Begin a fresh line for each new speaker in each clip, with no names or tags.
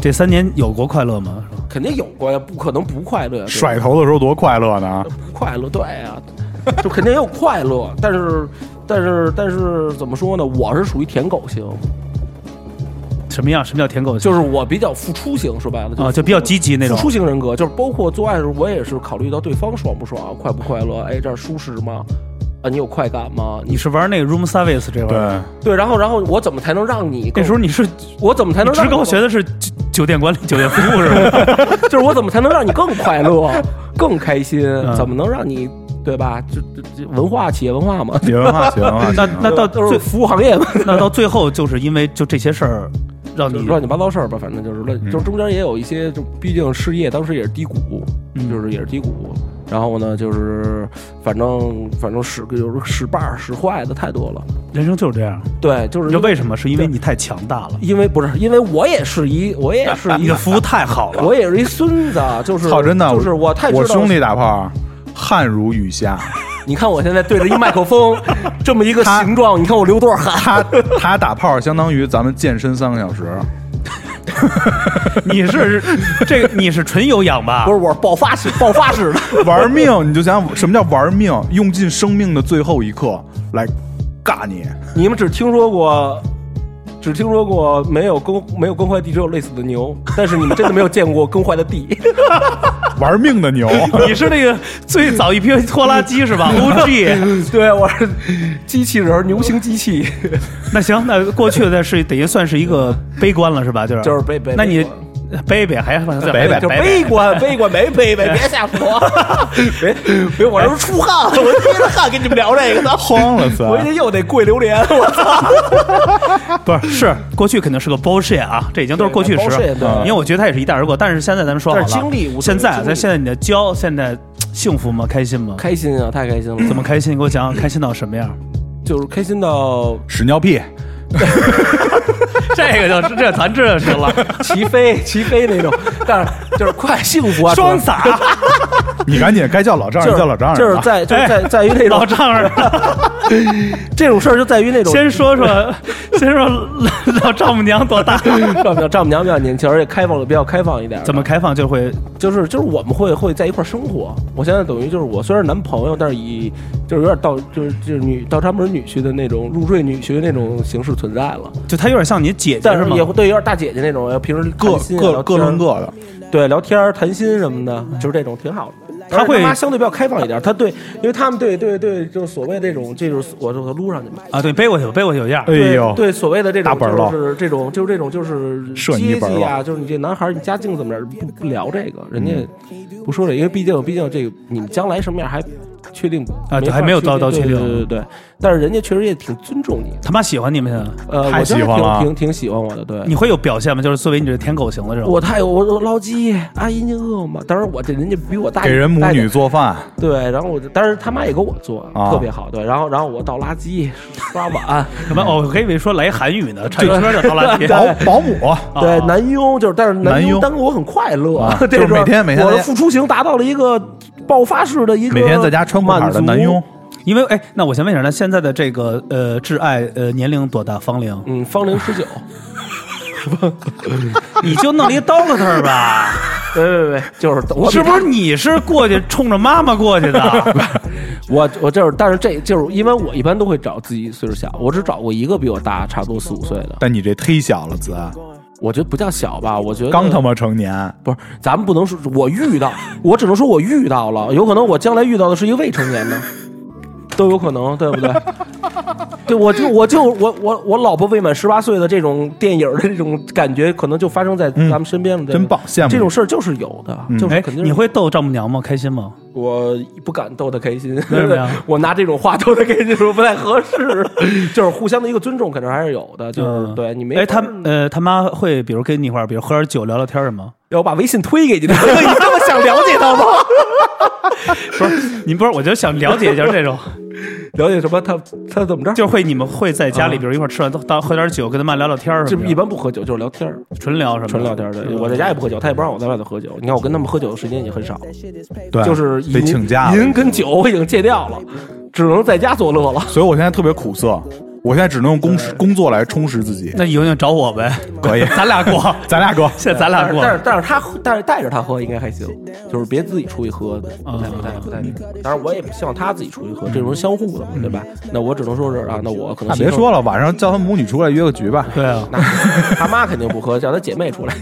这三年有过快乐吗？是吧
肯定有过呀，不可能不快乐。对吧
甩头的时候多快乐呢啊！
不快乐，对啊， 就肯定也有快乐，但是但是但是怎么说呢？我是属于舔狗型，
什么样？什么叫舔狗型？
就是我比较付出型，说白了
啊，就比较积极那种
付。出型人格，就是包括做爱的时候，我也是考虑到对方爽不爽，快不快乐，哎，这儿舒适吗？啊，你有快感吗？
你
你
是玩那个 room service 这玩意儿？
对，
对，然后然后我怎么才能让你更？
那时候你是
我怎么才能让
职
你
高
更
学的是酒酒店管理、酒店服务是吧？
就是我怎么才能让你更 快乐、更开心？怎么能让你对吧？就就就文化企业文化嘛，
企业文化，企业文 化，
那那到
都是
最
服务行业嘛，
那到最后就是因为就这些事儿，让
就是
你
乱七八糟事儿吧，反正就是乱，
嗯
就是中间也有一些，就毕竟失业当时也是低谷，
嗯
就是也是低谷。然后呢，就是反正反正使就是使绊儿使坏的太多了，
人生就是这样。
对，就
你
是
知道为什么？是因为
对
你太强大 了，
因为不是因为我也是一我也是
你
一
的服务太好了。
我也是一孙子，就是
操真的
就是我太知道
我兄弟打炮，汗如雨下。
你看我现在对着一麦克 风，这么一个形状，你看我流多少汗？
他他打炮相当于咱们健身三个小时，
你是这个你是纯有氧吧？
不是，我是爆发式爆发 式的，
玩命！你就想想什么叫玩命，用尽生命的最后一刻来尬你。
你们只听说过，只听说过没有耕没有耕坏地，只有累死的牛，但是你们真的没有见过耕坏的地。
玩命的牛，
你是那个最早一批拖拉机是吧？OG。
对，我是机器人儿，牛型机器，
那行，那过去的是等于算是一个悲观了是吧？就是
就是悲悲
那你
悲观
悲悲还算
悲悲
就悲观，悲观没悲悲，别瞎说， 别别，我这是出汗，我憋着汗跟你们聊这 个呢。
慌了
回去
噻！
又得跪榴莲，我操！
不是是过去肯定是个 bullshit 啊，这已经都是过去
对
式。
bullshit，对
因为我觉得它也是一带而过，但是现在咱们说好了，
但是经历无所
现
谓
在
经历
在现在你的交现在幸福吗？开心吗？
开心啊，太开心了，
怎么开心？你给我讲讲开心到什么 样？
就是开心到
屎尿屁，
这个就是这咱这就行 了，
齐飞齐飞那种， 但是就是快幸福啊，
双 洒
你赶紧该叫老丈
就
人
是
叫老丈人
就是哎
了
在就是在在于那
老
种
丈 人。
这种事儿就在于那种
先说说，先说老丈母娘多大？
丈母娘丈母娘比较年轻，而且开放的比较开放一点。
怎么？开放就会
就是就是我们会会在一块儿生活。我现在等于就是我虽然是男朋友，但是以就是有点倒就是就是女倒插门女婿的那种入赘女婿那种形式存在了，
就他有点像你姐姐
但
是
是
吗
也？会对有点大姐姐那种，平时
各
谈心啊
各
聊
各
天儿
论各的，
对，聊天儿、谈心什么的，就是这种挺好的。
他会
而且妈相对比较开放一点，他对，因为他们对对对，就是所谓这种，这就是我我撸上去嘛。
啊，对，背过去，背过去有样儿
哎。呦，
对，所谓的这
大
种
本儿了
就是这种就是这种就是
射你一
阶
本儿
级啊，
了
就是你这男孩儿你家境怎么样，不不聊这个，人家
嗯
不说这个，因为毕竟毕竟这个你们将来什么样还确定
啊
没
对
法
还没有到到
确
确定
对对对对。但是人家确实也挺尊重你，
他妈喜欢你们现在，
呃，
太
我觉得
喜欢了
挺挺挺喜欢我的，对。
你会有表现吗？就是作为你这舔狗型的这种，
我太我我捞鸡，阿姨你饿吗？当然我这人家比我大一，
给人母
大一点
女做饭，
对，然后我就，当时他妈也给我做，
啊
特别好。对，然后然后我倒垃圾、刷碗，
什么？哦，我还以为说来韩语呢，铲车 的拖拉机。
保保姆，
啊
对，男佣就是，但是
哦男
男
佣
佣耽误我很快乐，
啊
这
就是
时候
每天每天
我的
在
付出型达到了一个爆发式的一个
每天在家穿裤衩
满足
的男佣，，
因为哎，那我先问一下，那现在的这个呃挚爱呃年龄多大？芳龄，
嗯，芳龄十 九，
你就弄了一 doctor 吧？
别别别，就是我
是不是你是过去冲着妈妈过 去的？哎
我我就是，但是这就是因为我一般都会找自己岁数小，我只找过一个比我大差不多四五岁的，
但你这忒小了，子安
我觉得不叫小吧，我觉得
刚他妈成年，
不是，咱们不能说我遇到，我只能说我遇到了，有可能我将来遇到的是一个未成年的， 都有可能，对不 对？对，我就我就我我我老婆未满十八岁的这种电影的这种感觉，可能就发生在咱们身边了。对吧
嗯真棒羡慕嗯
这种事儿就是有的，就是
哎
肯，定是
你会逗丈母娘吗？开心吗？
我不敢逗她开 心，
为什么呀
我拿这种话逗她开心是不太合适， 就是互相的一个尊重，肯定还是有的。就是、
嗯，
对你没
哎，他
法
呃他妈会比如跟你一块儿，比如喝点酒聊聊天什么？
要把微信推给你，你 这么想了解他吗？
不是，您不是，我就想了解一下这种，
了解什么？他他怎么着？
就是会你们会在
啊
家里，比如一块儿吃完当喝点酒，跟他妈聊聊天儿
这
什么的，
一般不喝酒，就是聊天儿，
纯聊什么的，
纯聊天儿的。我在家也不喝酒，他也不让我在外头喝酒。你看，我跟他们喝酒的时间也很少，
对，
就是
得
饮
请假了。
饮跟酒我已经戒掉了，只能在家作乐了。
所以我现在特别苦涩，我现在只能用工时工作来充实自己。
那莹莹找我呗，
可以
咱俩过，
咱俩哥，
现在咱俩
但是
过。
但是但是他喝但是带着他喝应该还行，就是别自己出去喝，不太
嗯
不太不太那个。当然我也不希望他自己出去喝，这种是相互的嘛，对吧？那我只能说是啊，那我可能
那别
牺牲
说了，晚上叫他母女出来约个局吧。
对 啊，
那他妈肯定不喝，叫他姐妹出来。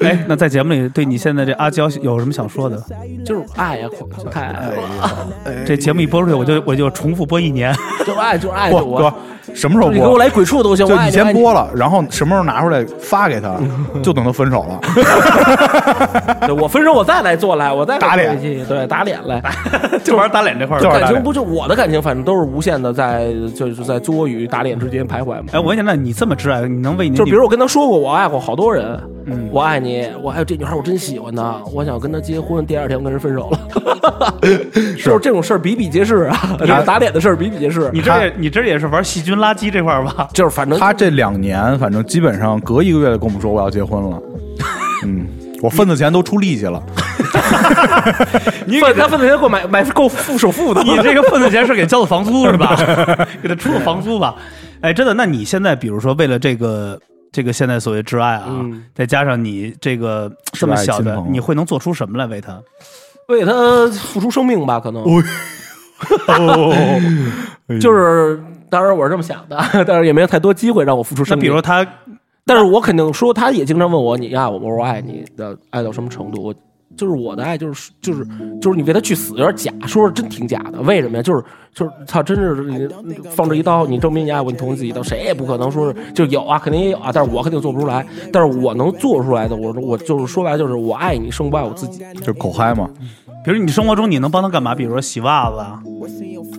哎，那在节目里对你现在这阿娇有什么想说的？
就是爱呀，狂太爱了，
这节目一播出去，我就我就重复播一年。
就是爱，就是爱
不，
哎我
哥。，什么时候
你给我
播？
来鬼畜都行，
就
我爱
你
你
先，播了，然后什么时候拿出来发给 他，就等他分手了。
爱 你对我分手我再来做来，我再来
打脸
做一期，对打脸来。
就玩打脸这块
就玩
感
打
情
脸
不就我的感情，反正都是无限的在就是在作与打脸之间徘徊嘛。
哎，我问你，那你这么挚爱，你能为你
就
女
比如我跟他说过，我爱过好多人，我爱你，我还有这女孩，我真喜欢她，我想跟她结婚，第二天我跟人分手了，就是这种事儿比比皆是啊，就是打脸的事儿比比皆是，
你这也你这也是玩细菌垃圾这块儿吧？
就是反正
他这两年，反正基本上隔一个月就跟我们说我要结婚了。嗯，我份子钱都出力气了。
你份他份子钱够买买够付首付的，
你这个份子钱是给交的房租是 吧？给他出个房租吧。哎，真的，那你现在比如说为了这个这个现在所谓挚爱啊，
嗯
再加上你这个这么小
挚爱
的
亲，朋
你会能做出什么来为他？
为他付出生命吧，可能
哦
就是。当然我是这么想的， 但是也没有太多机会让我付出
那
嗯
生命。
比如他
但是我肯定说，他也经常问我，你啊爱我吗？我说爱你的爱到什么程度？我就是我的爱，就是就是就是你为他去死，有点假，说是真挺假的。为什么呀？就是就是操，真是你放这一刀，你证明你爱我，你捅自己一刀，谁也不可能说是就有啊，肯定也有啊，但是我肯定做不出来。但是我能做出来的，我我就是说白了就是我爱你胜过爱我自己。
就口嗨嘛，
比如你生活中你能帮他干嘛？比如说洗袜子啊，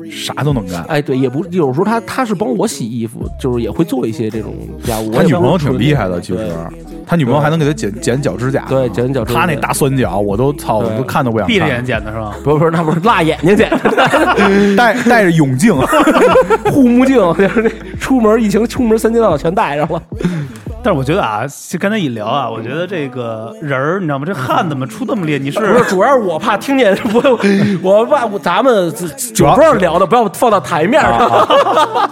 啥都能干。
哎，对，也不有时候他他是帮我洗衣服，就是也会做一些这种家务。我
他
也
女
帮
朋友
他
挺
处理
厉害的，其实他女朋友还能给他剪剪脚指甲。
对剪脚指甲
他那大酸角，我都操，
对
我都看都不想看。
闭着眼剪的是吧？
不是不是，那不是辣眼睛去。
戴戴着泳镜，
护目镜，就是那出门疫情出门三级道全戴上了。
但是我觉得啊，就刚才一聊啊，我觉得这个人儿，你知道吗？这汗怎么出这么烈？你是
不是，主要是我怕听见，我我怕我咱们酒
要
桌上聊的不要放到台面上。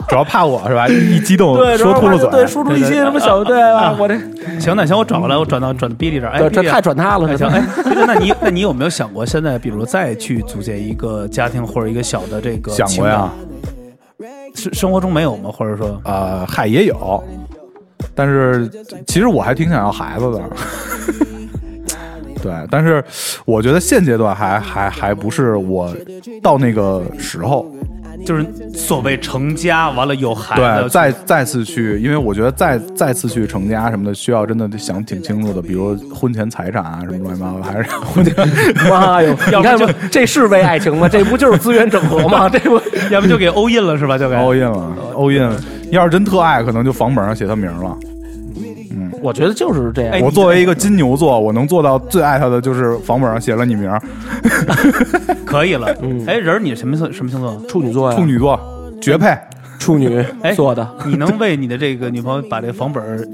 主要怕我是吧？一激动
对，
说秃噜
主要怕对，
嘴，啊
说出一些什么小对吧？ 我这
行，那行，我转过来，我转到转到哔哩这儿。哎，
这
哔
这
哩啊
太转他了，
哎，行，
这
哎，那你那你有没有想过，现在比如再去组建一个家庭或者一个小的这个
想过呀
情感？生生活中没有吗？或者说，
呃，嗨也有，但是其实我还挺想要孩子的。 对，但是我觉得现阶段还还还不是我到那个时候，
就是所谓成家完了有孩
对，
子，
再再次去，因为我觉得再再次去成家什么的，需要真的想挺清楚的，比如婚前财产啊什么乱七八糟的，还是 婚前
妈哟！你看吧，这是为爱情吗？这不就是资源整合吗？这 不
要不就给欧印了是吧？就给
all in 了，all in，要是真特爱，可能就房本上写他名了。
我觉得就是这样。
哎
我作为一个金牛座，我能做到最爱他的就是房本上写了你名儿，
可以了。
嗯
哎，人儿你什么星什么星座？
处女座呀
处，女座绝配。
处女
哎，
做的，
你能为你的这个女朋友把这房本儿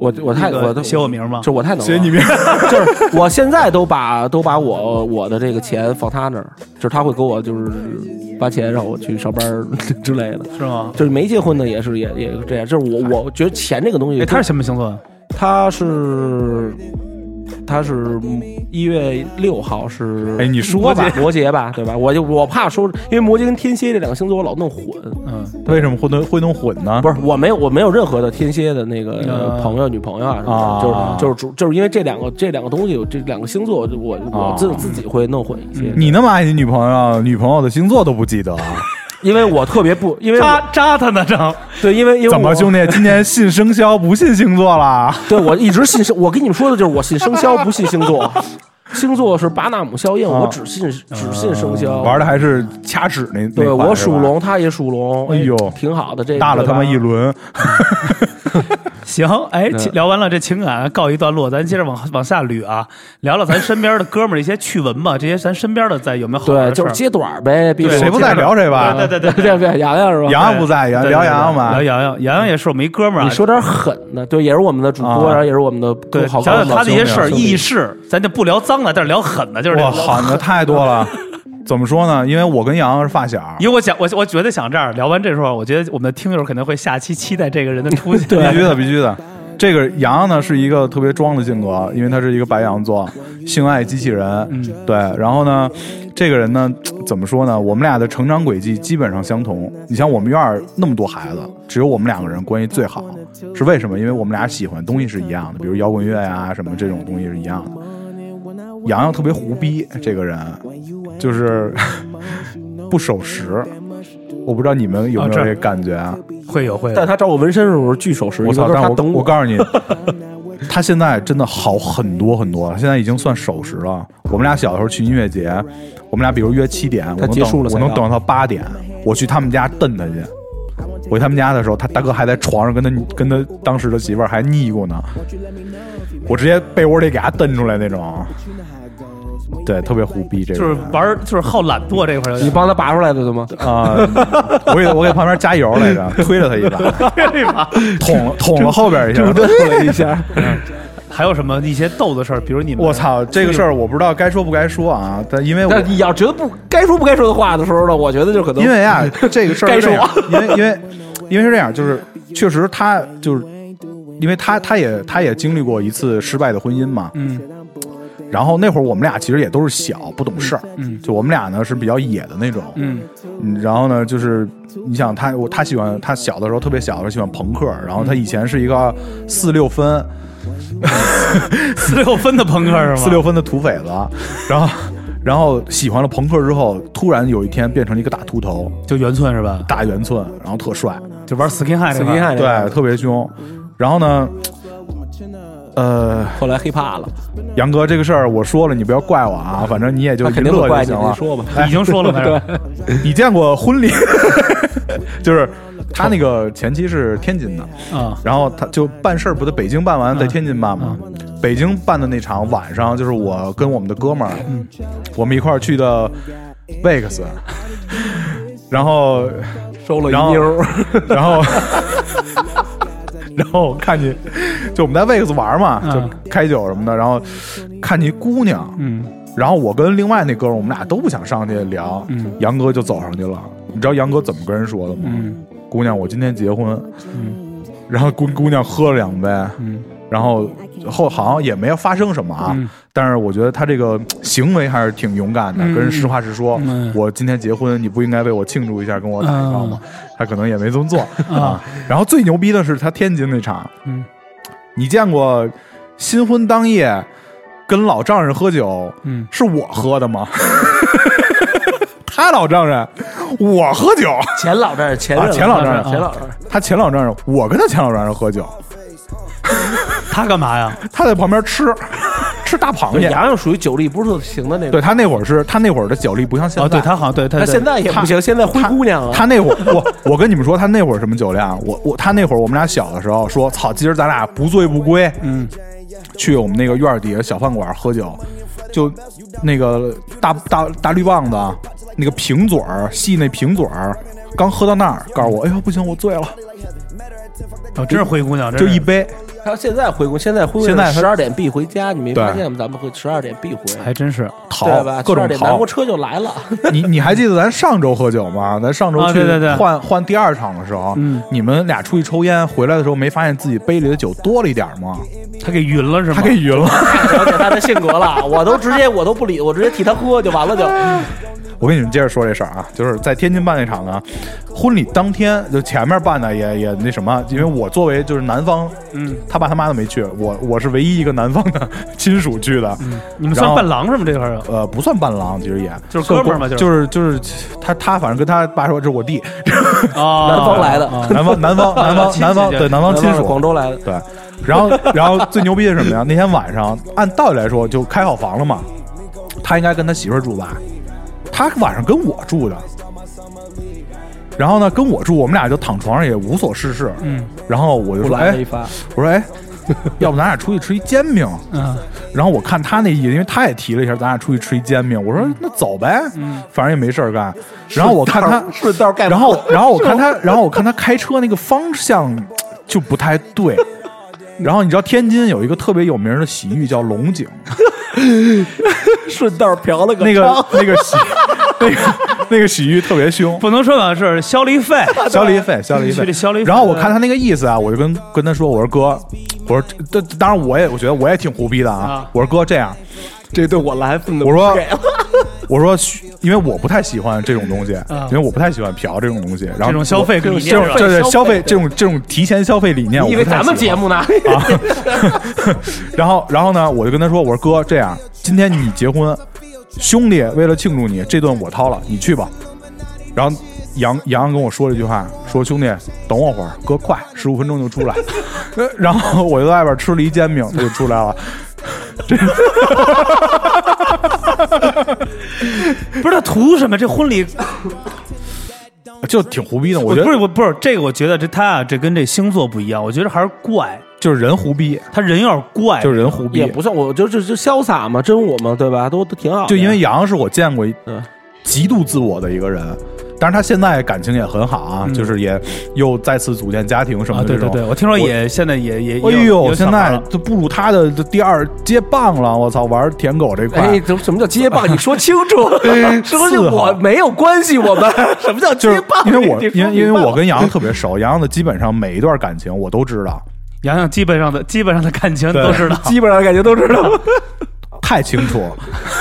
我我
那
太我
个
都
写我名吗？
就我太能了
写你名儿，
就是我现在都把都把我我的这个钱放他那儿，就是他会给我就是把钱让我去上班儿 之类的。
是吗？
就是没结婚的也是也也是这样，就是我我觉得钱这个东西，
哎，他是什么星座？
他是他是一月六号是
哎你说
摩羯
吧
摩羯吧，对吧？我就我怕说，因为摩羯跟天蝎这两个星座我老弄混，
嗯，
为什么会能会能混呢？
不是，我没有，我没有任何的天蝎的那个
啊
朋友、女朋友啊什
啊
么的，就是就是主就是因为这两个这两个东西，这两个星座，我我
啊嗯
自自己会弄混一些。
你那么爱你女朋友，女朋友的星座都不记得啊？
因为我特别不，因为我
扎扎他呢，正
对，因为因为
怎么
我
兄弟，今年信生肖不信星座啦？
对我一直信生，我跟你们说的就是我信生肖，不信星 座。星座是巴纳姆效应，我只信只信生肖。
啊玩的还是掐指那那
对
款
我
是吧
属龙，他也属龙，
哎呦
挺好的，这
大了
对吧
他妈一轮。
行，哎，
嗯
情聊完了这情感告一段落，咱接着往往下捋啊，聊聊咱身边的哥们儿一些趣闻吧，这些咱身边的再有没有好玩
对，
的事
就
儿
是揭短儿呗，比如
对
谁不在聊谁吧？
对对对
对 对对，洋洋是吧？
洋洋不在，洋
对
聊洋洋吧
聊。洋洋，洋洋也是我们一哥们儿啊。
你说点狠的，对，也是我们的主播，
啊
然后也是我们的
对，
好
讲
哥
讲
们儿
他那些事儿
兄弟啊
轶事，咱就不聊脏的，但是聊狠的，就是这
哇，
个。
狠的太多了。 怎么说呢？因为我跟杨洋是发小，
因为我想，我我觉得想这样聊完这时候，我觉得我们的听友肯定会下期期待这个人的出现。
必须的，必须的。这个洋洋呢是一个特别装的性格，啊因为他是一个白羊座，性爱机器人。
嗯
对。然后呢，这个人呢，怎么说呢？我们俩的成长轨迹基本上相同。你像我们院儿那么多孩子，只有我们两个人关系最好，是为什么？因为我们俩喜欢东西是一样的，比如摇滚乐呀、什么这种东西是一样的。洋洋特别胡逼，这个人就是 不守时。我不知道你们有没
哦
有
这
这感觉啊？
会有会
但
有，
他找我纹身的时候巨守时，
我
一般
操！
都是
但
他
我
等
我告诉你，他现在真的好很多很多了，现在已经算守时了。我们俩小的时候去音乐节，我们俩比如约七点，我能
结束
等
了
我
才
能
到
等到八点，我去他们家瞪他去。我去他们家的时候，他大哥还在床上跟他跟他当时的媳妇儿还腻咕呢，我直接被窝里给他瞪出来那种，对，特别胡逼这个
就是
人
玩儿就是好懒惰这块儿有
你
点。
帮他拔出来的对吗？
啊、我给我给旁边加油来着，推了 他一把，
对吧？
捅了捅了后边一下，
了一 下，
还有什么一些逗的事儿？比如你们，
我操，这个事儿我不知道该说不该说啊，但因为我
但你要觉得不该说不该说的话的时候呢，我觉得就可能
因为啊， 这个事儿
该
是这
说
样，因为因为因为是这样，就是确实他就是，因为他他也他也经历过一次失败的婚姻嘛，
嗯
然后那会儿我们俩其实也都是小不懂事儿，
嗯
就我们俩呢是比较野的那种，
嗯
嗯，然后呢，就是你想他，我他喜欢他小的时候特别小的时候喜欢朋克，然后他以前是一个四六分，
四六分的朋克是吗？
四六分的土匪子，然后然后喜欢了朋克之后，突然有一天变成了一个大秃头、
就圆寸是吧？
大圆寸，然后特帅，
就玩 skin high
死
这块
厉
儿
害这个
对，特别凶。然后呢，呃，
后来黑怕了，
杨哥这个事儿我说了，你不要怪我啊，反正你也就
他
一
肯定会
乐
怪
就
你，
行
你
了。
说吧。
已经说了，反正
你见过婚礼？ 就是他那个前妻是天津的，
啊，
然后他就办事儿不在北京办完，在天津办嘛。北京办的那场晚上，就是我跟我们的哥们儿，我们一块儿去的 Vegas，然后
收了
然
一
后
妞儿，
然后 然后看见，就我们在 Vegas 玩嘛，
嗯
就开酒什么的，然后看见一姑娘，
嗯，
然后我跟另外那哥们儿，我们俩都不想上去聊，
嗯
杨哥就走上去了。你知道杨哥怎么跟人说的吗？
嗯
姑娘，我今天结婚。然后姑姑娘喝了两杯，
嗯
然后后好像也没有发生什么啊，
嗯
但是我觉得他这个行为还是挺勇敢的，
嗯
跟人实话实说。
嗯啊
我今天结婚，你不应该为我庆祝一下，跟我打一招吗？他可能也没这么做 啊。然后最牛逼的是他天津那场，
嗯
你见过新婚当夜跟老丈人喝酒
嗯，
是我喝的吗？ 他老丈人，我喝酒。
前老丈人，前任
啊前老丈人
前老丈人，
他前老丈人，我跟他前老丈人喝酒，
他干嘛 呀？
他在旁边吃吃大螃蟹。
洋洋属于酒力不是特行的那
对
种，
他那会儿是，他那会儿的脚力不像现在。
哦，对他好像对他
他现在也不行，现在灰
他
姑娘啊，
他那会儿，我我跟你们说，他那会儿什么酒量？我我他那会儿，我们俩小的时候说，操，今儿咱俩不醉不归，
嗯
去我们那个院儿底下小饭馆喝酒，就那个大大大绿棒子，那个瓶嘴儿细那瓶嘴儿，刚喝到那儿，告诉我，哎呦不行，我醉了，
哦，真是灰姑娘，真
就是一杯，
他现在回宫，现在回宫，
现在他
十二点必回家，你没发
对
现吗？咱们会十二点必回，
还真是
逃
对吧？
各
十二
种
点南
逃
国。车就来了，
你你还记得咱上周喝酒吗？咱上周
啊
去
对对对
换换第二场的时候，
嗯
你们俩出去抽烟回来的时候，没发现自己杯里的酒多了一点儿吗？
他给晕了是吗？
他给匀了。
了解他的性格了，我都直接我都不理，我直接替他喝就完
哎
了就。
我跟你们接着说这事儿啊，就是在天津办那场呢，婚礼当天就前面办的也也那什么，因为我作为就是男方，
嗯，
他爸他妈都没去，我我是唯一一个男方的亲属去的，
你们算
然后
伴郎是吗？这块 儿啊
呃，不算伴郎，其实也
就是哥们儿嘛
就
就是
就是他他反正跟他爸说这是我弟，
啊，
南方来的
啊
南方南方南 方
亲戚
南方对南方亲
南方
属，
广州来的，
对，然后 然后最牛逼的是什么呀？那天晚上按道理来说就开好房了嘛，他应该跟他媳妇儿住吧，他晚上跟我住的。然后呢，跟我住，我们俩就躺床上也无所事事。
嗯，
然后我就
不
说，
来了
哎
一，发，
我说，哎，要不咱俩出去吃一煎饼？
嗯
然后我看他那意思，因为他也提了一下，咱俩出去吃一煎饼。我说那走呗，反正也没事儿干。然后我看他，
顺道盖
然后然后我看他，然后我看他开车那个方向就不太对。然后你知道天津有一个特别有名的洗浴叫龙井，
顺道嫖了个
那个
娼
那个洗那个那个洗浴特别凶，
哦不能说嘛是消了一费，
消了一 费，消了一
去这
费，
消了一费
然后我看他那个意思啊，我就跟跟他说，我说哥，我说这这当然我也我觉得我也挺胡逼的啊
啊，
我说哥这样，
这对我来不能
我说
给了
我说嘘因为我不太喜欢这种东西，
啊
因为我不太喜欢嫖这种东西，然后
这种消费理念
这种
是吧
这是
消
消
费
费这种这种提前消费理念，
你以为咱们节
目？
目 呢？
啊然后，然后呢，我就跟他说：“我说哥，这样，今天你结婚，兄弟为了庆祝你，这顿我掏了，你去吧。”然后杨杨跟我说这句话，说：“兄弟，等我会儿，哥快，十五分钟就出来。” 然后我就在外边吃了一煎饼，他就出来了。
不是他图什么？这婚礼
就挺胡逼的，我觉
不是
得
我不是这个，我觉得这他啊，这跟这星座不一样，我觉得还是怪，
就是人胡逼，
他人有点怪，
就是人胡
也
逼。
不算，我就就就潇洒嘛，真我嘛，对吧？都都挺好的。
就因为杨是我见过
嗯
极度自我的一个人，但是他现在感情也很好啊，就是也又再次组建家庭什
嗯
么
啊，
的这
对对
种。
对，我听说也现在也也，
哎
也有
呦，
有
现
小孩
在
了
就步入他的第二接棒了，我操，玩舔狗这块。
哎，怎么什么叫接棒？你说清楚， 是不是
四号
我没有关系？我们什么叫
哎啊就是
接棒？
因为我
你
因为
你
因为
说明白
我
了
跟杨洋特别熟，杨洋的基本上每一段感情我都知道，
洋洋基本上的基本上的感情
对
都知道，
基本上感觉都知道。
太清楚了，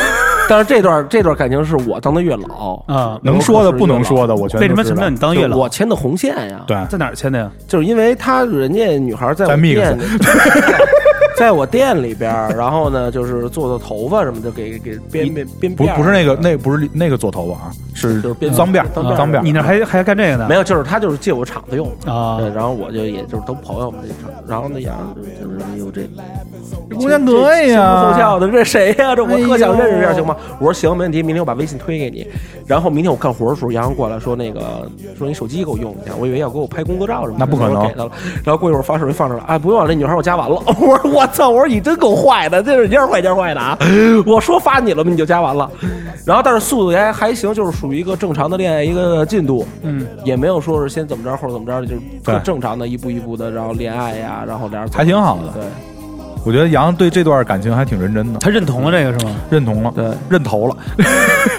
但是这段这段感情是我当的月老，
啊。
能说的不能说的我全都
为什么
知
什
道
么让你当
就
月老啊
我？牵的红线呀。
对
在哪儿签的呀？
就是因为他人家女孩在我
在 Mix
店里， 在我店里边儿，然后呢，就是做做头发什么的，给给编编编
不
辫儿啊
不是那个那不是那个做头发啊，是
就是变
脏辫儿
脏
啊
辫儿
脏辫儿
你那还还干这个呢？
没有，就是他就是借我厂子用的
啊
对然后我就也就是都朋友嘛，这厂子，然后那杨就是哎呦这
姑娘可以
不奏
啊
效，的，这谁呀、这我特想认识一下，
哎呦
行吗？我说行，没问题，明天我把微信推给你。然后明天我干活的时候，杨洋过来说那个说你手机给我用一下，我以为要给我拍工作照什么的，
那不可能
我给他了。然后过一会儿发手机放这了，哎，不用了，这女孩我加完了。 我说我操，我说你真够坏的，这是一件坏一件坏的 啊！我说发你了吗？你就加完了。然后但是速度也还行，就是属于一个正常的恋爱一个进度，
嗯，
也没有说是先怎么着后者怎么着，就是特
对
正常的一步一步的，然后恋爱呀，然后俩人
还挺好的。
对
我觉得杨洋对这段感情还挺认真的，
他认同了这个是吗？
认同了，
对。
认头了，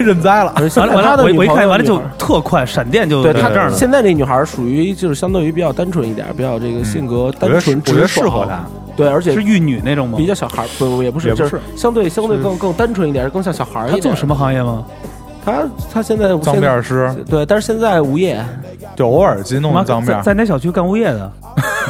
认 栽了。
完了完
他
了，
的
我
女
我一
朋
看
友
完了
女
就
孩儿
特快，闪电就
对
到
他
这儿了。
现在这女孩儿属于就是相当于比较单纯一点，比较这个性格
我觉
单
得
纯
嗯我觉
直
得适合
爽，
他，
对，而且
是玉女那种吗
比？较小孩儿，不不也不是，
也不
就是是相对相对更更单纯一点，更像小孩儿一
他
点。
做什
么？
么行业吗？
他他现在
脏辫儿师
现在对，但是现在无业，
就偶尔去弄
妈
弄脏辫
在
儿，
在哪小区干物业的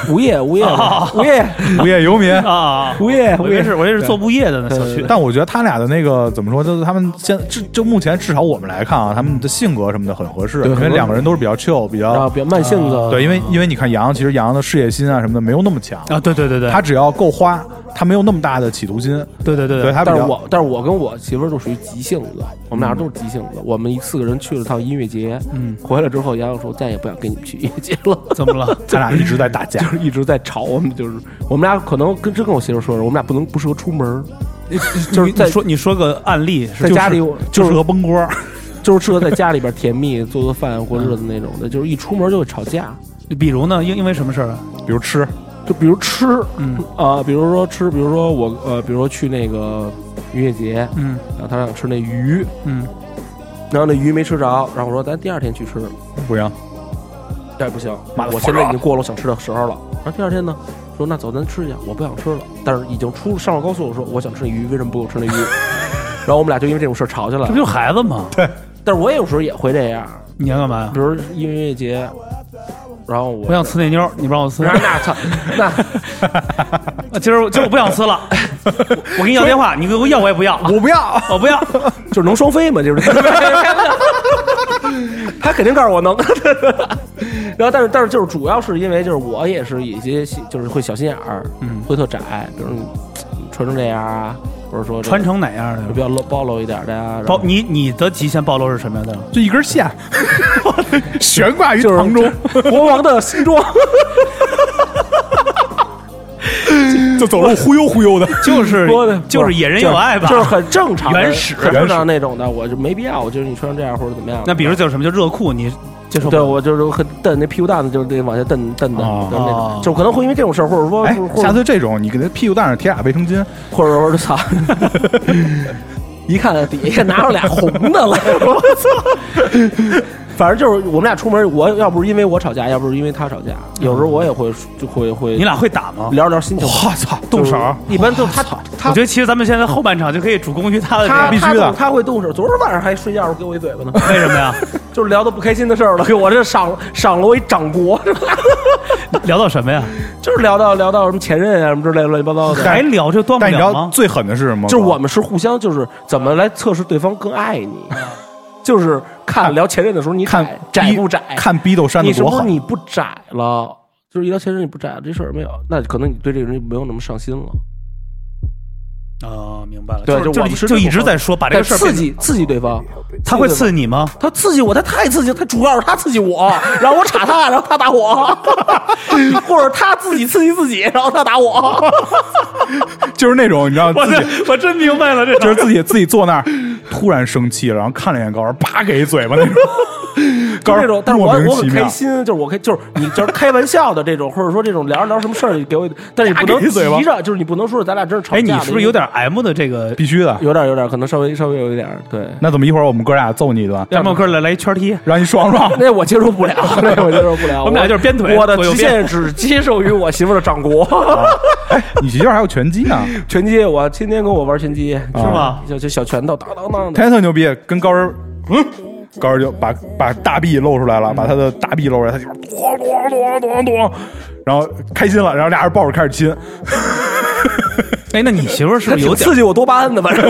无业无
啊
业无业
无业游民。
啊？
无业
我
无
以为
业
是，我以为是做物业的呢，
对
小
对
区。
但我觉得他俩的那个怎么说，就是他们现至就目前至少我们来看啊，他们的性格什么的很合适，
对
因为
很合适
两个人都是比较 chill，比
然后嗯
较
比较慢性子，
啊对，因为因为你看杨洋，其实杨洋的事业心啊什么的没有那么强，
啊，对对对对，
他只要够花，他没有那么大的企图心，
对对对
对，他比
但是
较
我但是我跟我媳妇儿都属于急性子，我们俩都是急性子。我们一四个人去了趟音乐节，
嗯，
回来之后，杨洋说再也不想跟你们去音乐节了。
怎么了？
他俩一直在打架
就，是一直在吵，我们就是我们俩可能跟真跟我媳妇说说，我们俩不能不适合出门儿，
就 你
就是是在
说你说个案例是
在
吧
家里
就
就是
是个崩锅，
就是适合在家里边甜蜜做做饭过日子那种的，就是一出门就会吵架，
比如呢，因因为什么事儿啊？
比如吃，
就比如吃
嗯
啊、比如说吃，比如说我呃，比如说去那个音乐节，
嗯
然后他想吃那鱼，
嗯，
然后那鱼没吃着，然后我说咱第二天去吃，
不行，
但哎是不行，
妈的
我现在已经过了我想吃的时候了。然后第二天呢，说那走咱吃去，我不想吃了，但是已经出上了高速，我说我想吃那鱼，为什么不给我吃那鱼？ 然后我们俩就因为这种事儿吵起来
这
了
不。就是孩子吗？
但是我也有时候也会这样，
你要干嘛呀
比？如音乐节，然后我
我想呲那妞儿，你不让我 呲啊
那，那操，那
今儿今儿我不想呲了， 我我给你要电话，你给我要我也不要，
我不要，
我不要。
就是能双飞嘛，就是。 他肯定告诉我能， 然后但是但是就是主要是因为就是我也是一些心就是会小心眼儿，
嗯
会特窄，比如你穿成这样啊，或者说这
穿成哪样的
比？较露暴露一点的呀，然后
暴你你的极限暴露是什么样的？
就一根线悬挂于
就是
床中，
国王的西 装，
就走路忽悠忽悠的，
就是
说的
就是野人有爱吧。
就是很正常的、
原始
很正常那种的，我就没必要，我就是你穿成这样或者怎么样。
那比如就是什么，就热裤，你接受不
对，
了
我就是很蹬那屁股蛋子，就是得往下蹬蹬的，
哦
就是那
哦
种，就可能会因为这种事儿，或者说，
哎
或，者
下次这种你给他屁股蛋上贴俩卫生巾，
或者说，操，一看底下拿着俩红的 来，我操！反正就是我们俩出门，我要不是因为我吵架，要不是因为他吵架，有时候我也会就会会
你俩会打吗？
聊聊心情。
我操，
就
动
是
手，
一般都是他
我
他
觉得其实咱们现在后半场就可以主攻于他的这
他
个，
必须的
他他会动手。昨儿晚上还睡觉时候给我一嘴巴呢，
为什么呀？
就是聊的不开心的事儿了，给我这赏赏了我一掌掴，是吧
聊到什么呀？
就是聊到聊到什么前任啊什么之类的乱七八糟的。
还聊这断不
但你知
了
道
吗？
最狠的是什么吗？
就是我们是互相，就是怎么来测试对方更爱你，就是看聊前任的时候你
看
窄窄不窄，
看逼斗山
你
的
是
多
不是
狠。
你不窄了，就是一聊前任你不窄了这事儿没有，那可能你对这个人就没有那么上心了。
哦，明白了。
对
就
就我们是
就
这
一
种
直在说把这
但
个事儿
刺
变，
激刺激对方，
他会
对
刺激你吗？
他刺激我，他太刺激了，他主要是他刺激我，然后我插他，然后他打我，或者他自己刺激自己，然后他打我。
就是那种你知道自己
真我真明白了，这
就是自己自己坐那儿，突然生气了，然后看了一眼高人，啪给一嘴巴 那种。
就
高
是那
人
种，但是我
莫名
我很
其
开
妙，
心，就是我开，就是你就是开玩笑的这种，或者说这种聊着聊什么事儿，你给我，但是你不
给
能
你嘴巴
急着，就是你不能说是咱俩真是吵
哎，
架
你
了。
是不是
因为
有点 M 的这个？
必须的。
有点有点，可能稍微稍微有一点儿对。
那怎么一会儿我们哥俩揍你一顿，
咱们哥来来一圈踢，
让你爽爽？
那我接受不了， 那我接受不了。
我们俩就是鞭腿
我的
左右
极限只接受于我媳妇儿的掌掴。
哎，你媳妇儿还有拳击 呢，
拳击，我天天跟我玩拳击，
是吗？
就就小拳头，当当当的。
她特牛逼，跟高人，嗯，高人就把把大臂露出来了，把他的大臂露出来，他就咣咣咣咣咣，然后开心了，然后俩人抱着开始亲。
哎，那你媳妇儿是
他
不是有
挺
点
刺？激我多巴胺的，反正。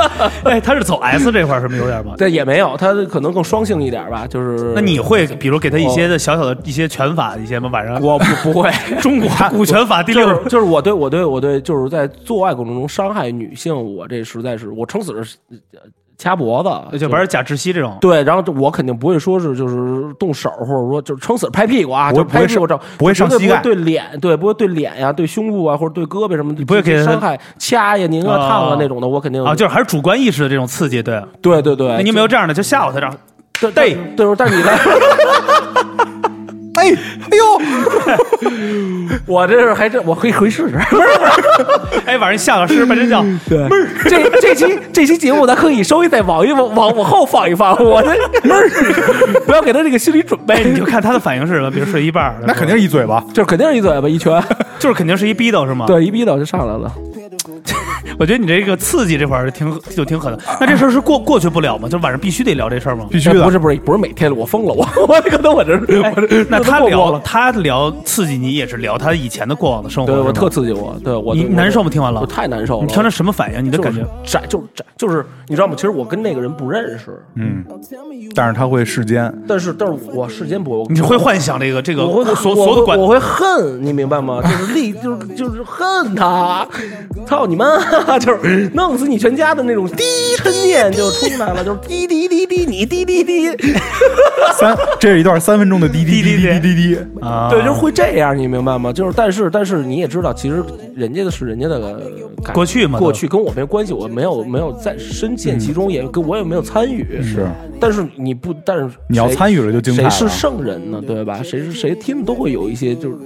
哎，她是走 S 这块儿是不是有点吧？
但也没有，他可能更双性一点吧，就是。
那你会比如给她一些的小小的一些拳法一些吗？晚上
我不不 会。
中国古拳法第
就
六
是就是我对我对我对就是在做爱过程中伤害女性，我这实在是我撑死是呃掐脖子，
就玩儿假窒息这种，
对，然后就我肯定不会说是就是动手，或者说就是撑死拍屁股啊，
不会
就是拍屁股照，
不会上
绝对
不会上膝盖
不会对脸，对，不会对脸呀、对胸部啊，或者对胳膊什么，你
不会给人
伤害掐呀、拧啊、
哦
烫啊那种的，我肯定
啊，就是还是主观意识的这种刺激，对。
对对对，
那你有没有这样的，就吓唬她，让
对
对
对对，但 是你呢？
哎，哎呦，
我这是还真我可以回试试。
哎晚上下个诗半身觉，
对，这这期这期节目咱可以稍微再往一往往往后放一放，我这闷儿，不要给他这个心理准
哎你
备，
就看她的反应是什么，比如睡一半儿，
那肯定是一嘴巴。
就是肯定是一嘴巴一拳，
就是肯定是一逼斗是吗？，
对，一逼倒就上来了。
我觉得你这个刺激这块儿挺就挺狠的。那这事儿是过过去不了吗？就晚上必须得聊这事儿吗？
必须的，
不是不是不是每天，我疯了，我我可能我这
哎
我这
那他
我这
聊他聊刺激你也是聊他以前的过往的生活，
对
是
我
吗
特刺激我，对我
你
我
难受吗？听完了
我，太难受了。
你听着什么反应？你的
就是
感觉？
窄，就是窄，就是你知道吗？其实我跟那个人不认识，
嗯，但是他会世间，
但是但是我事先不，我
你会幻想这个这个
我会
所
我
所有的
会
管
我会恨你，明 白吗？就是力，就是就是恨他，操你妈！ 就是弄死你全家的那种低嗔念就出来了，就是滴滴滴滴你滴滴滴，
三，这是一段三分钟的滴滴滴滴滴滴滴。
啊，
对，就是会这样，你明白吗？就是但是但是你也知道，其实人家的是人家的感
过去嘛
过去跟我没关系，我没有没有在深陷其中，也跟我也没有参与。
嗯是，
但是你不，但是
你要
谁
参与了就精
谁
彩了
是圣人呢？对吧？谁是谁听都会有一些就是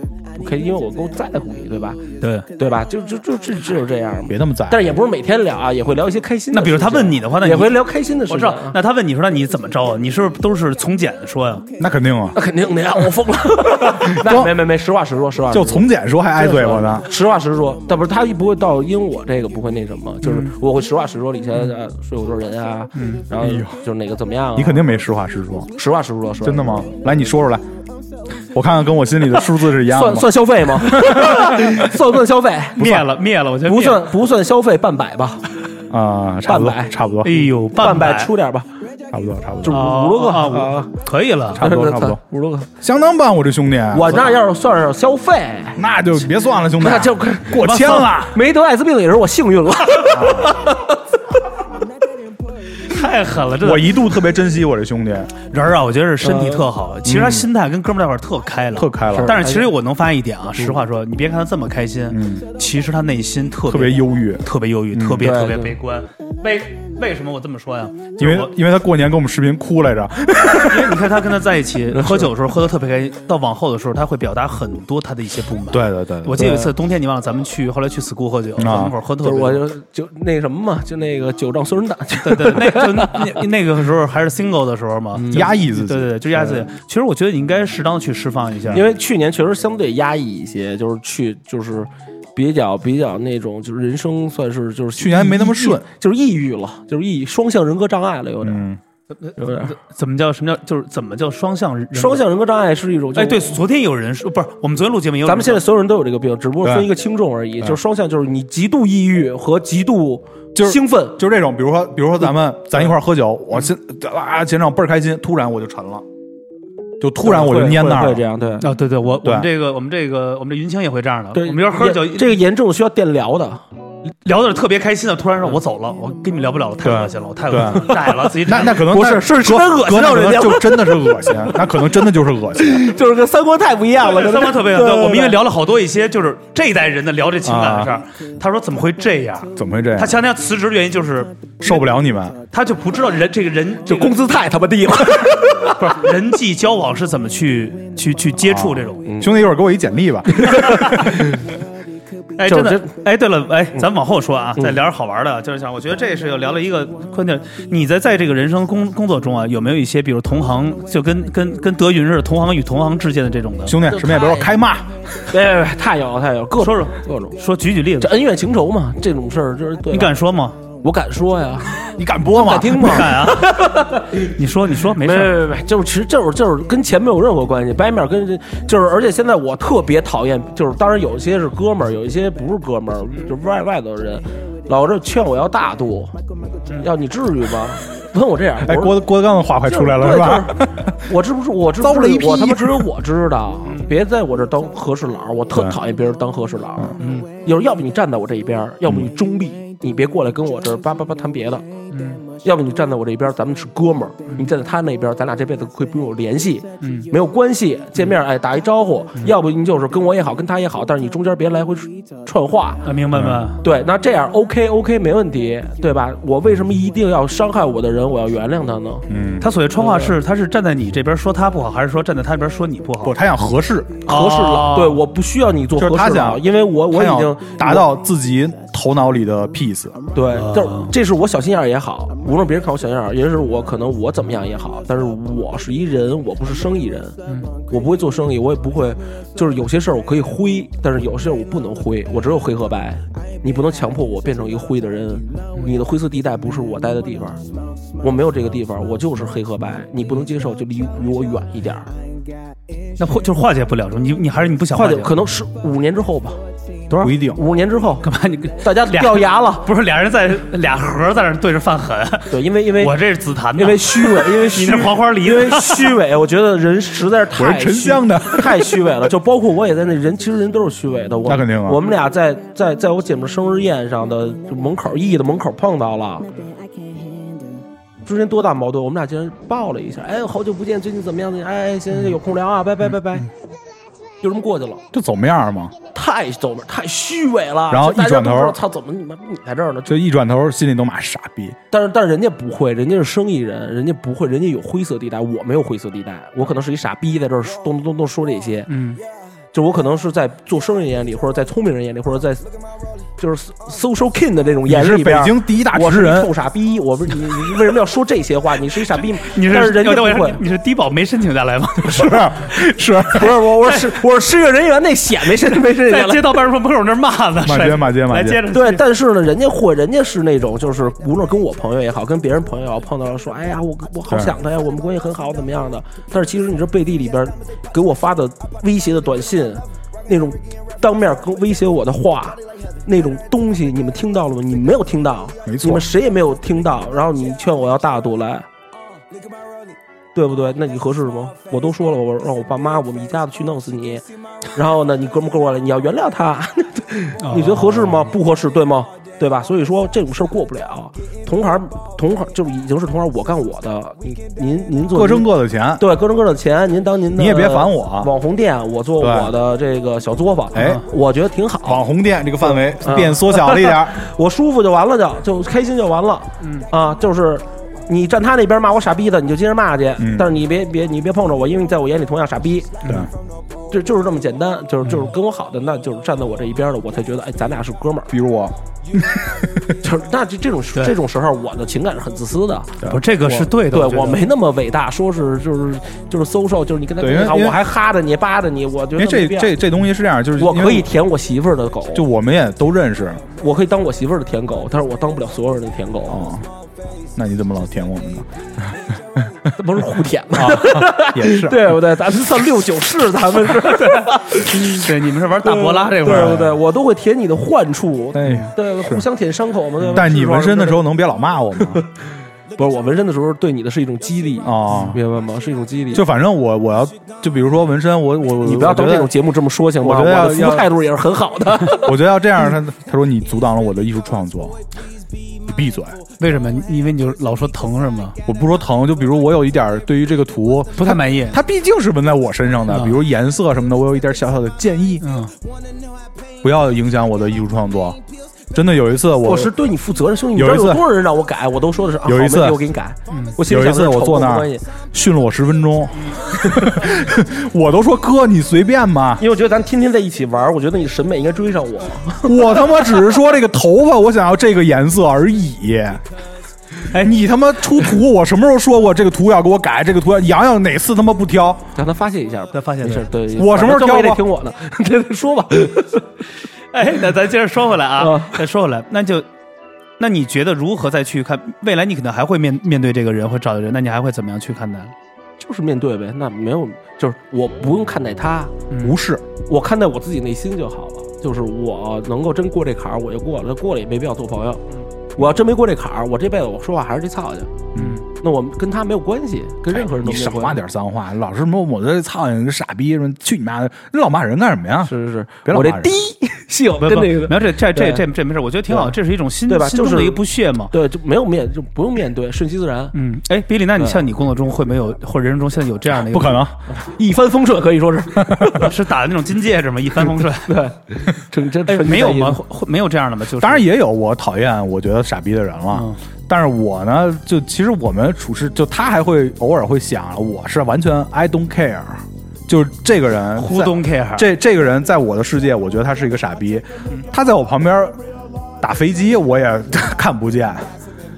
可以，因为我够在乎你，对吧？
对。
啊
对吧？就就就就就是这样嘛
别。那么宰。
但是也不是每天聊啊，也会聊一些开心的
那
事情。
比如他问你的话，那你
也会聊开心的事
我知
情
道
啊。。
那他问你说，那你怎么着啊？你是不是都是从简的说呀？
那肯定啊，
那肯定的呀，我疯 了。那没没没，实话实说，实话实
就
说
从简说还挨嘴巴呢。
实话实说，但不是他不会到因我这个不会那什么，就是
嗯
我会实话实说以前呃睡过多少人啊，然后就是哪个怎么样啊，
哎你肯定没实话实说，
实话实说，实话
真的吗？来，你说出来，我看看跟我心里的数字是一样的
算
吗？
算消费 吗？算不算消费？
灭了，灭了，我觉得
不
灭了
算。不算消费，半百吧，
啊，差不多
半，百
差不多
哎，呦，
半
百
出点吧，
差不多，差不
就是
多，
五六个
啊
啊，
可以了。
哦差不多，差不多，
五六个。
相当棒，我这兄弟。
我那要是算上消费，
那就别算了，兄弟，
那就
过千了。
没得艾滋病也是我幸运了。
啊
太狠了，这
我一度特别珍惜我这兄弟，
人儿啊，我觉得是身
嗯
体特好，其实他心态跟哥们儿在一块儿特开朗，
特开朗
哎
但是其实我能发现一点啊，实话说，你别看他这么
嗯
开心，其实他内心特
特别忧郁
特别忧郁，特别
对
特别
对
悲观。为为什么我这么说呀？
因为因为他过年跟我们视频哭来着，
因为你看他 跟他在一 起喝酒的时候喝的特别开心，到往后的时候他会表达很多他的一些不满。，
对对 对，对
我记得有一次冬天你忘了咱们去，后来去 school 喝酒，在门口喝特
就是
别
我
多。
就就那什么嘛，就那个酒壮怂人胆，
对对，那就 那那个时候还是 single 的时候嘛，就
压抑自 己
对对对，就压抑自己。其实我觉得你应该适当去释放一下，
因为去年确实相对压抑一些，就是去就是比较比较那种就是人生算是就是
去年没那么顺
抑郁，就是抑郁了，就是抑郁双向人格障碍了，有点、
嗯，
有点。
怎么叫什么叫就是怎么叫双向人格
双。向人格障碍是一种，就
哎，对，，昨天有人说不是，我们昨天录节目也有人说，
咱们现在所有人都有这个病，只不过分
对
一个轻重而已。
对
就是双向，就是你极度抑郁和极度
就是
兴奋，
就是这种，比如说比如说咱们咱一块儿喝酒，
嗯
我现啊前场倍儿开心，突然我就沉了，就突然我就
会
蔫
会
那儿
会
了
这，样对。
啊，对对，我我
对
们这个我们这个我们这云清也会这样的，
对，
我们要喝着酒
也这个严重需要电疗的，
聊的特别开心的，突然说我走了，我跟你们聊不了了，太恶心了，我太恶心了， 窄了自己窄
那
了。
那可能
不是
那
是
隔
真恶心
隔那
让
可
人
能
家
就真的是 恶心，那可能真的就是恶心，
就是跟三观太不一样了。
对三观特别
对
对，我们因为聊了好多一些就是这一代人的聊这情感的事儿，他说怎么会这样？
怎么会这
他
样？
前两天辞职的原因就是
受不了你们，
他就不知道人这个人这
就
个
工资太他妈低 了。
不是人际交往是怎么去去去接触这种。
兄弟一会儿给我一简历吧，
哎，
就嗯
真
是
的，哎，对了，哎，咱往后说啊，再聊点好玩的，就是想，我觉得这是有聊了一个观点。你在在这个人生工工作中啊，有没有一些，比如同行，就跟跟跟德云似的，同行与同行之间的这种的？
兄弟什么也别说，开骂，
别别别，太有了太有了，各种
说说
各种，
说举举例
这
子，
恩怨情仇嘛，这种事儿就是对吧。
你敢说吗？
我敢说呀，
你敢播吗
敢？听
不
吗？
敢啊！ 你说，你说，没
没
事儿。
没没没，就是其实就是就是跟钱没有任何关系，白面跟这就是，而且现在我特别讨厌，就是当然有一些是哥们儿，有一些不是哥们儿，就是外外头人，老这劝我要大度，要你至于吗？问我这样，
哎，
我说
郭郭德纲的话快出来了是吧？？
对就是 我知不知？我知
遭
不知
雷劈
我他妈只有我知道，
嗯
别在我这儿当和事佬，我特讨厌别人当和事佬。嗯，有要不你站在我这一边儿，要不
嗯
你中立，你别过来跟我这儿叭叭叭谈别的。嗯，要不你站在我这一边儿，咱们是哥们儿；
嗯
你站在他那边儿，咱俩这辈子会不用有联系，嗯，没有关系，见
嗯
面哎打一招呼，要不你就是跟我也好，跟他也好，但是你中间别来回串话。
啊，明白吗？
对，那这样 OK OK 没问题，对吧？我为什么一定要伤害我的人，我要原谅他呢？
嗯，
他所谓川话是，他是站在你这边说他不好，还是说站在他这边说你不好？
不，他想合适，
合适
哦
了，对，我不需要你做
就是
合
他
适了，
想
因为我我
他
已经
想达到呃自己头脑里的 peace，
对，就是这是我小心眼儿也好，无论别人看我小心眼儿，也是我可能我怎么样也好，但是我是一人，我不是生意人，
嗯
我不会做生意，我也不会，就是有些事儿我可以灰，但是有些事儿我不能灰，我只有黑和白，你不能强迫我变成一个灰的人，
嗯
你的灰色地带不是我待的地方，我没有这个地方，我就是黑和白，你不能接受就离离我远一点儿，
那化就是化解不了，你你还是你不想
快
化
点，
解？
可能是五年之后吧，
多少不一定。
五年之后
干嘛？你跟
大家
俩
掉牙了。
不是俩人在俩盒在那儿对着犯狠，
对，因为因为
我这是紫檀的，
因为虚伪，因为
你
虚
那黄花梨
因为虚伪，我觉得人实在是
我
太
是沉
虚
香的
太虚伪了。就包括我也在内，人其实人都是虚伪的。我
那肯定啊
我们俩在在在我姐们生日宴上的就门口，E 意义的门口碰到了，之间多大矛盾，我们俩竟然抱了一下。哎，好久不见，最近怎么样？哎，现在有空聊啊，拜拜拜拜，就这么过去了。
这走面儿吗？
太走门，太虚伪了。
然后
就大
一
家
转
都不知道
头
操，怎么你妈你在这儿呢？
这一转头，心里都骂傻逼。
但是但是人家不会，人家是生意人，人家不会，人家有灰色地带，我没有灰色地带，我可能是一傻逼在这儿说咚咚咚咚说这些，
嗯，？
就我可能是在做生意人眼里，或者在聪明人眼里，或者在就是 social king 的这种
你
眼
是
里
北
边。
京第一大
我
主持
是一
人
臭，傻逼！我不是你，你为什么要说这些话？你是一傻逼 吗
你
但
是
是人家
要
不
不然
会，啊
你是低保没申请下 来吗？
是是。
不是我，我是我是失业人员那险没申没申请
在
下来
街。道办事处门口那儿骂呢，
骂街
谁
骂街骂
来
街
接着
对，但是呢，人家会，人家是那种，就是无论跟我朋友也好，跟别人朋友也好碰到了说，哎呀，我我好
对
想他呀，我们关系很好，怎么样的？但是其实你这背地里边给我发的威胁的短信，那种当面跟威胁我的话，那种东西，你们听到了吗？你没有听到，
没错
你们谁也没有听到。然后你劝我要大度来。对不对？那你合适吗？我都说了，我让我爸妈我们一家子去弄死你，
哦
然后呢，你哥们儿过来，你要原谅他，你觉得合适吗？不合适，对吗？对吧？所以说这种事儿过不了。同行同行就是已经是同行，我干我的，您您您做
各
您
挣各的钱。
对，各挣各的钱，您当您的，
你也别烦我啊
网红店，我做
对
我的这个小作坊，
哎
我觉得挺好，
网红店这个范围
嗯
变缩小了一点儿，
我舒服就完了就，就开心就完了，
嗯
啊，就是。你站他那边骂我傻逼的，你就接着骂去，
嗯
但是你别别你别碰着我，因为你在我眼里同样傻逼，啊
对，嗯
就就是这么简单，就是就是跟我好的，那就是站在我这一边的，我才觉得哎，咱俩是哥 们儿。
比如我，
就是那这这种时
对
这种时候，我的情感是很自私的。
对
不，这个是对的。
对
觉得
我没那么伟大，说是就是就是 social，就是你跟他
对因为
好，
因为
我还哈着你扒着你，我觉得
因为这
没必要
这这东西是这样，就是
我
因为
可以，舔我媳妇儿的狗，
就我们也都认识
我可以当我媳妇儿的舔狗，但是我当不了所有人的舔狗，
哦。那你怎么老舔我们呢？
这不是互舔吗？
啊也 是，
对不对？咱们算六九式，咱们是
对你们是玩大博拉这块
对不
儿，
对？我都会舔你的患处，
啊哎呀
对，互相舔伤口嘛，对吧？
但是你纹身的时
候
候能别老骂我吗？
不是我纹身的时候对你的是一种激励，
哦，
明白吗？是一种激励。
就反正我我要就比如说纹身，我我
你不要
我觉
当
得
这种节目这么说行吗？
我
我
觉得要
的服务态度也是很好的。
我觉得要这样，他他说你阻挡了我的艺术创作，你闭嘴！
为什么？因为你就老说疼是吗？
我不说疼，就比如我有一点儿对于这个图
不太满意。
它毕竟是纹在我身上的，
嗯
比如颜色什么的，我有一点小小的建议，
嗯，
不要影响我的艺术创作。真的有一次 我，
我是对你负责任，兄弟，你
有
知
一
道
次
有多少人让我改，我都说的是啊
有一次嗯
好没问题我给你改。我心里
有一
想
次
的是
我坐那
瞅不
儿
关系
训了我十分钟， 我都说哥你随便吧，
因为我觉得咱天天在一起玩，我觉得你审美应该追上我。
我他妈只是说这个头发我想要这个颜色而已。哎，你他妈出图，我什么时候说过这个图要给我改？这个图要洋洋哪次他妈不挑？
让他发泄一下吧，
再发泄一
没
下
事。对，
我什么时
反
候
正最后也
挑
得
过
听我的， 这说吧。
哎，那咱接着说回来啊
啊，
再说回来，那就，那你觉得如何再去看未来？你可能还会面面对这个人或找的人，那你还会怎么样去看待？
就是面对呗，那没有，就是我不用看待他，
无视，
我看待我自己内心就好了。就是我能够真过这坎儿，我就过了；过了也没必要做朋友。我要真没过这坎儿，我这辈子我说话还是这操性。
嗯，哎
那我们跟他没有关系，跟任何人都
你
没有
少
关系。
骂点脏话，老是摸我这操你这傻逼什么，去你妈的！你老骂人干什么呀？
是是是，
别老
我这
骂人
滴性
不不，
跟那个
没有这这这
对
这这没事，我觉得挺好，
对
这是一种心
对吧
心中
就
的
是
一个不屑嘛。
对就没有面就不用面对，顺其自然，
嗯，哎，比利，那你像你工作中会没有，或者人生中现在有这样 的一个
不可能，
一帆风顺可以说 是
是打的那种金戒指吗？一帆风顺？
对，真真
哎，
纯
没有
纯
吗？
意
会会没有这样的吗？就是
当然也有我讨厌，我觉得傻逼的人了。
嗯
但是我呢，就其实我们处事，就他还会偶尔会想，啊我是完全 I don't care，就是这个人
，Who
在
don't care？
这这个人在我的世界，我觉得他是一个傻逼，他在我旁边打飞机，我也看不见。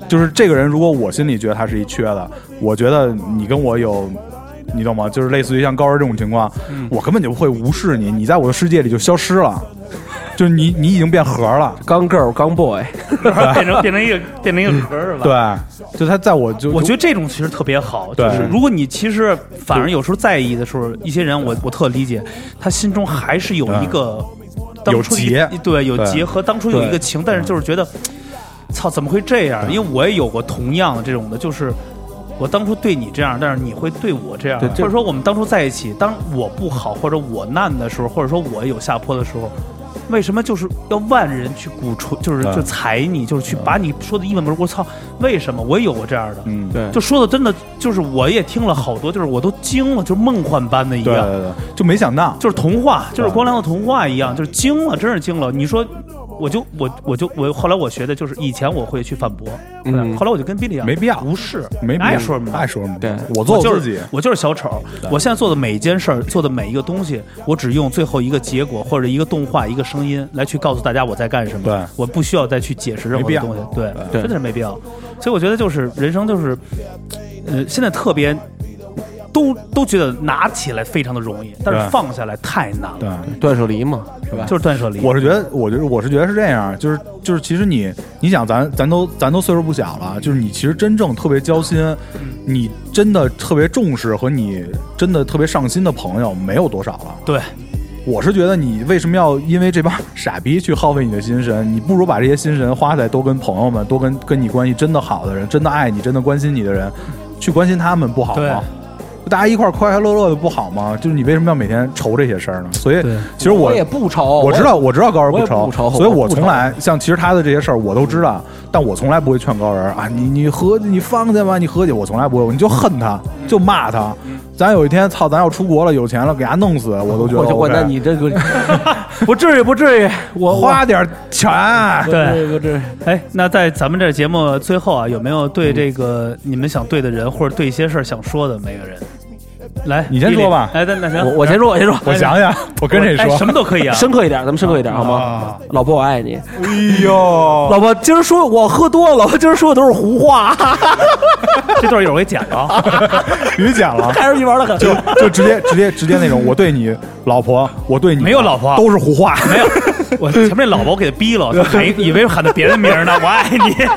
就是这个人，如果我心里觉得他是一缺的，我觉得你跟我有，你懂吗？就是类似于像高人这种情况，
嗯
我根本就会无视你，你在我的世界里就消失了，就是你你已经变核了。
刚 girl 刚 boy，
变成变成一个变成一个壳儿是吧？
对，就他在我就
我觉
得
得这种其实特别好，
对
就是如果你其实反而有时候在意的时候，一些人我我特理解，他心中还是有一个当初一
嗯有结
对有
对
结和当初有一个情，但是就是觉得，操，怎么会这样？因为我也有过同样的这种的，就是。我当初对你这样，但是你会对我这样，
对
或
这
者说我们当初在一起，当我不好或者我难的时候，或者说我有下坡的时候，为什么就是要万人去鼓吹，就是
对
就踩你，就是去把你说的一文不值？我操，为什么我也有过这样的？
嗯，对
对，
就说的真的，就是我也听了好多，就是我都惊了，就是梦幻般的一
对
样，
对，就没想到，
就是童话，就是
对
光良的童话一样，就是惊了，真是惊了。你说，我就我我就我后来我学的就是以前我会去反驳，
嗯
对后来我就跟比利一样，
没必要
无视，
没必要
爱说什么
爱说什么，
对
我做
我就
我自己
是，我就是小丑，我现在做的每一件事儿，做的每一个东西，我只用最后一个结果或者一个动画、一个声音来去告诉大家我在干什么。
对
我不需要再去解释任何
没必
的
要
东西。对，
对
真的是没必要。所以我觉得就是人生就是，呃，现在特别都都觉得拿起来非常的容易，但是
对
放下来太难了，
对。
断舍离嘛，是吧？
就是断舍离。
我是觉得，我觉得我是觉得是这样，就是就是，其实你你想咱，咱都咱都岁数不小了，就是你其实真正特别交心，
嗯
你真的特别重视和你真的特别上心的朋友没有多少了。
对，
我是觉得你为什么要因为这帮傻逼去耗费你的心神？你不如把这些心神花在多跟朋友们、多跟跟你关系真的好的人、真的爱你、真的关心你的人，去关心他们不好
对
吗？大家一块儿快快乐乐的不好吗？就是你为什么要每天愁这些事儿呢？所以
对
其实我
也不愁，
我知道，我知道高人
我也
愁，
不愁嗯
所以
我
我
不
从
愁
来像其实他的这些事儿我都知道，但我从来不会劝高人啊，你你和你放下吧，你和解，我从来不会，我你就恨他，就骂他。
嗯
咱有一天操，咱要出国了，有钱了，给他弄死，我都觉
我
得
就我
OK。
那你这个不至于不至于，我我
花点钱，
对
不至于。
哎，那在咱们这节目最后啊，有没有对这个你们想对的人，或者对一些事儿想说的每个人？来，
你先
丽丽
说吧
哎，那那行，
我我先说，我先说，
我想想，我跟谁
哎
说？
什么都可以 啊。
深刻一点，咱们深刻一点好吗
啊？
老婆，我爱你。
哎呦，
老婆，今儿说我喝多了，老婆今儿说的都是胡话，
这段一会儿我给剪了啊。
别讲了。
还是一玩的很。
就 就直接直接直接那种，我对你老婆，我对你
没有老婆
都是胡话，
没有，我前面那老婆我给他逼了，我还以为喊的别人名呢。我爱 你，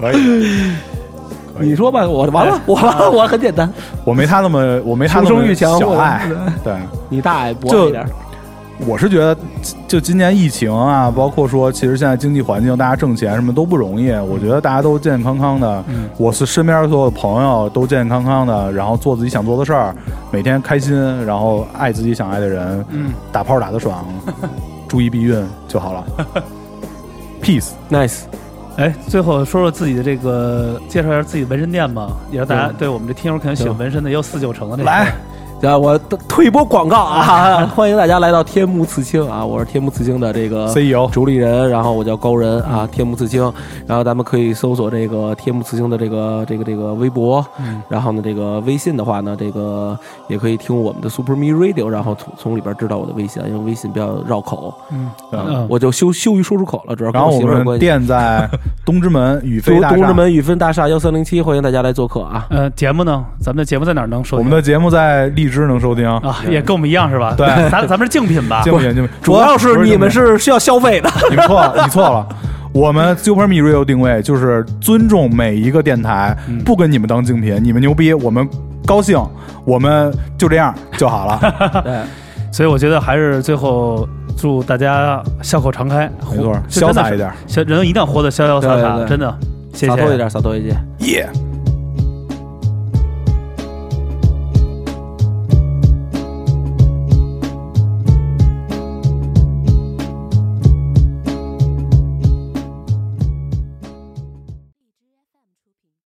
可以，
你说吧，我完
哎
了，我完
啊
了，我很简单。
我没他那么我没他那
求生欲
么
强
小
我
爱，对，
你大爷不爱
就
一点，
我是觉得，就今年疫情啊，包括说，其实现在经济环境，大家挣钱什么都不容易。我觉得大家都健健康康的，我是身边所有的朋友都健健康康的，然后做自己想做的事儿，每天开心，然后爱自己想爱的人，
嗯
打炮打得爽，注意避孕就好了。Peace，
nice。
哎，最后说说自己的这个，介绍一下自己的纹身店吧，也让大家对我们这听友可能喜欢纹身的也有四九成的这个
嗯来，
啊，我推一波广告啊！ 欢迎大家来到天幕刺青啊，我是天幕刺青的这个
CEO
主理人，然后我叫高人啊，天幕刺青，然后咱们可以搜索这个天幕刺青的这个这个这个微博，
嗯
然后呢这个微信的话呢，这个也可以听我们的 Super Me Radio，然后从从里边知道我的微信，因为微信比较绕口，
嗯
嗯
我就羞羞于说出口了，主要跟
然后
媳
我
妇儿有关
们
系。
店在东直门宇
东
飞大
东直
厦。
门宇芬大厦幺三零七，欢迎大家来做客啊！
呃，节目呢？咱们的节目在哪儿能收
我
听？
们的节目在荔枝能收听，
啊，也跟我们一样是吧？
对
咱咱们是竞品吧？
敬不敬？敬不敬
主要是
不
你
敬
们
品
是需要消费 的，
你错了，你错了。我们 Super Me Radio 定位就是尊重每一个电台，
嗯
不跟你们当竞品，你们牛逼，我们高兴，我们就这样就 好 了。
对，
所以我觉得还是最后祝大家笑口常开，
没错
活就真的
潇洒
是
一点
小人一定要活得潇潇洒
对对
洒，
对
真的，谢
洒脱一
谢。
点，洒脱一些。
耶、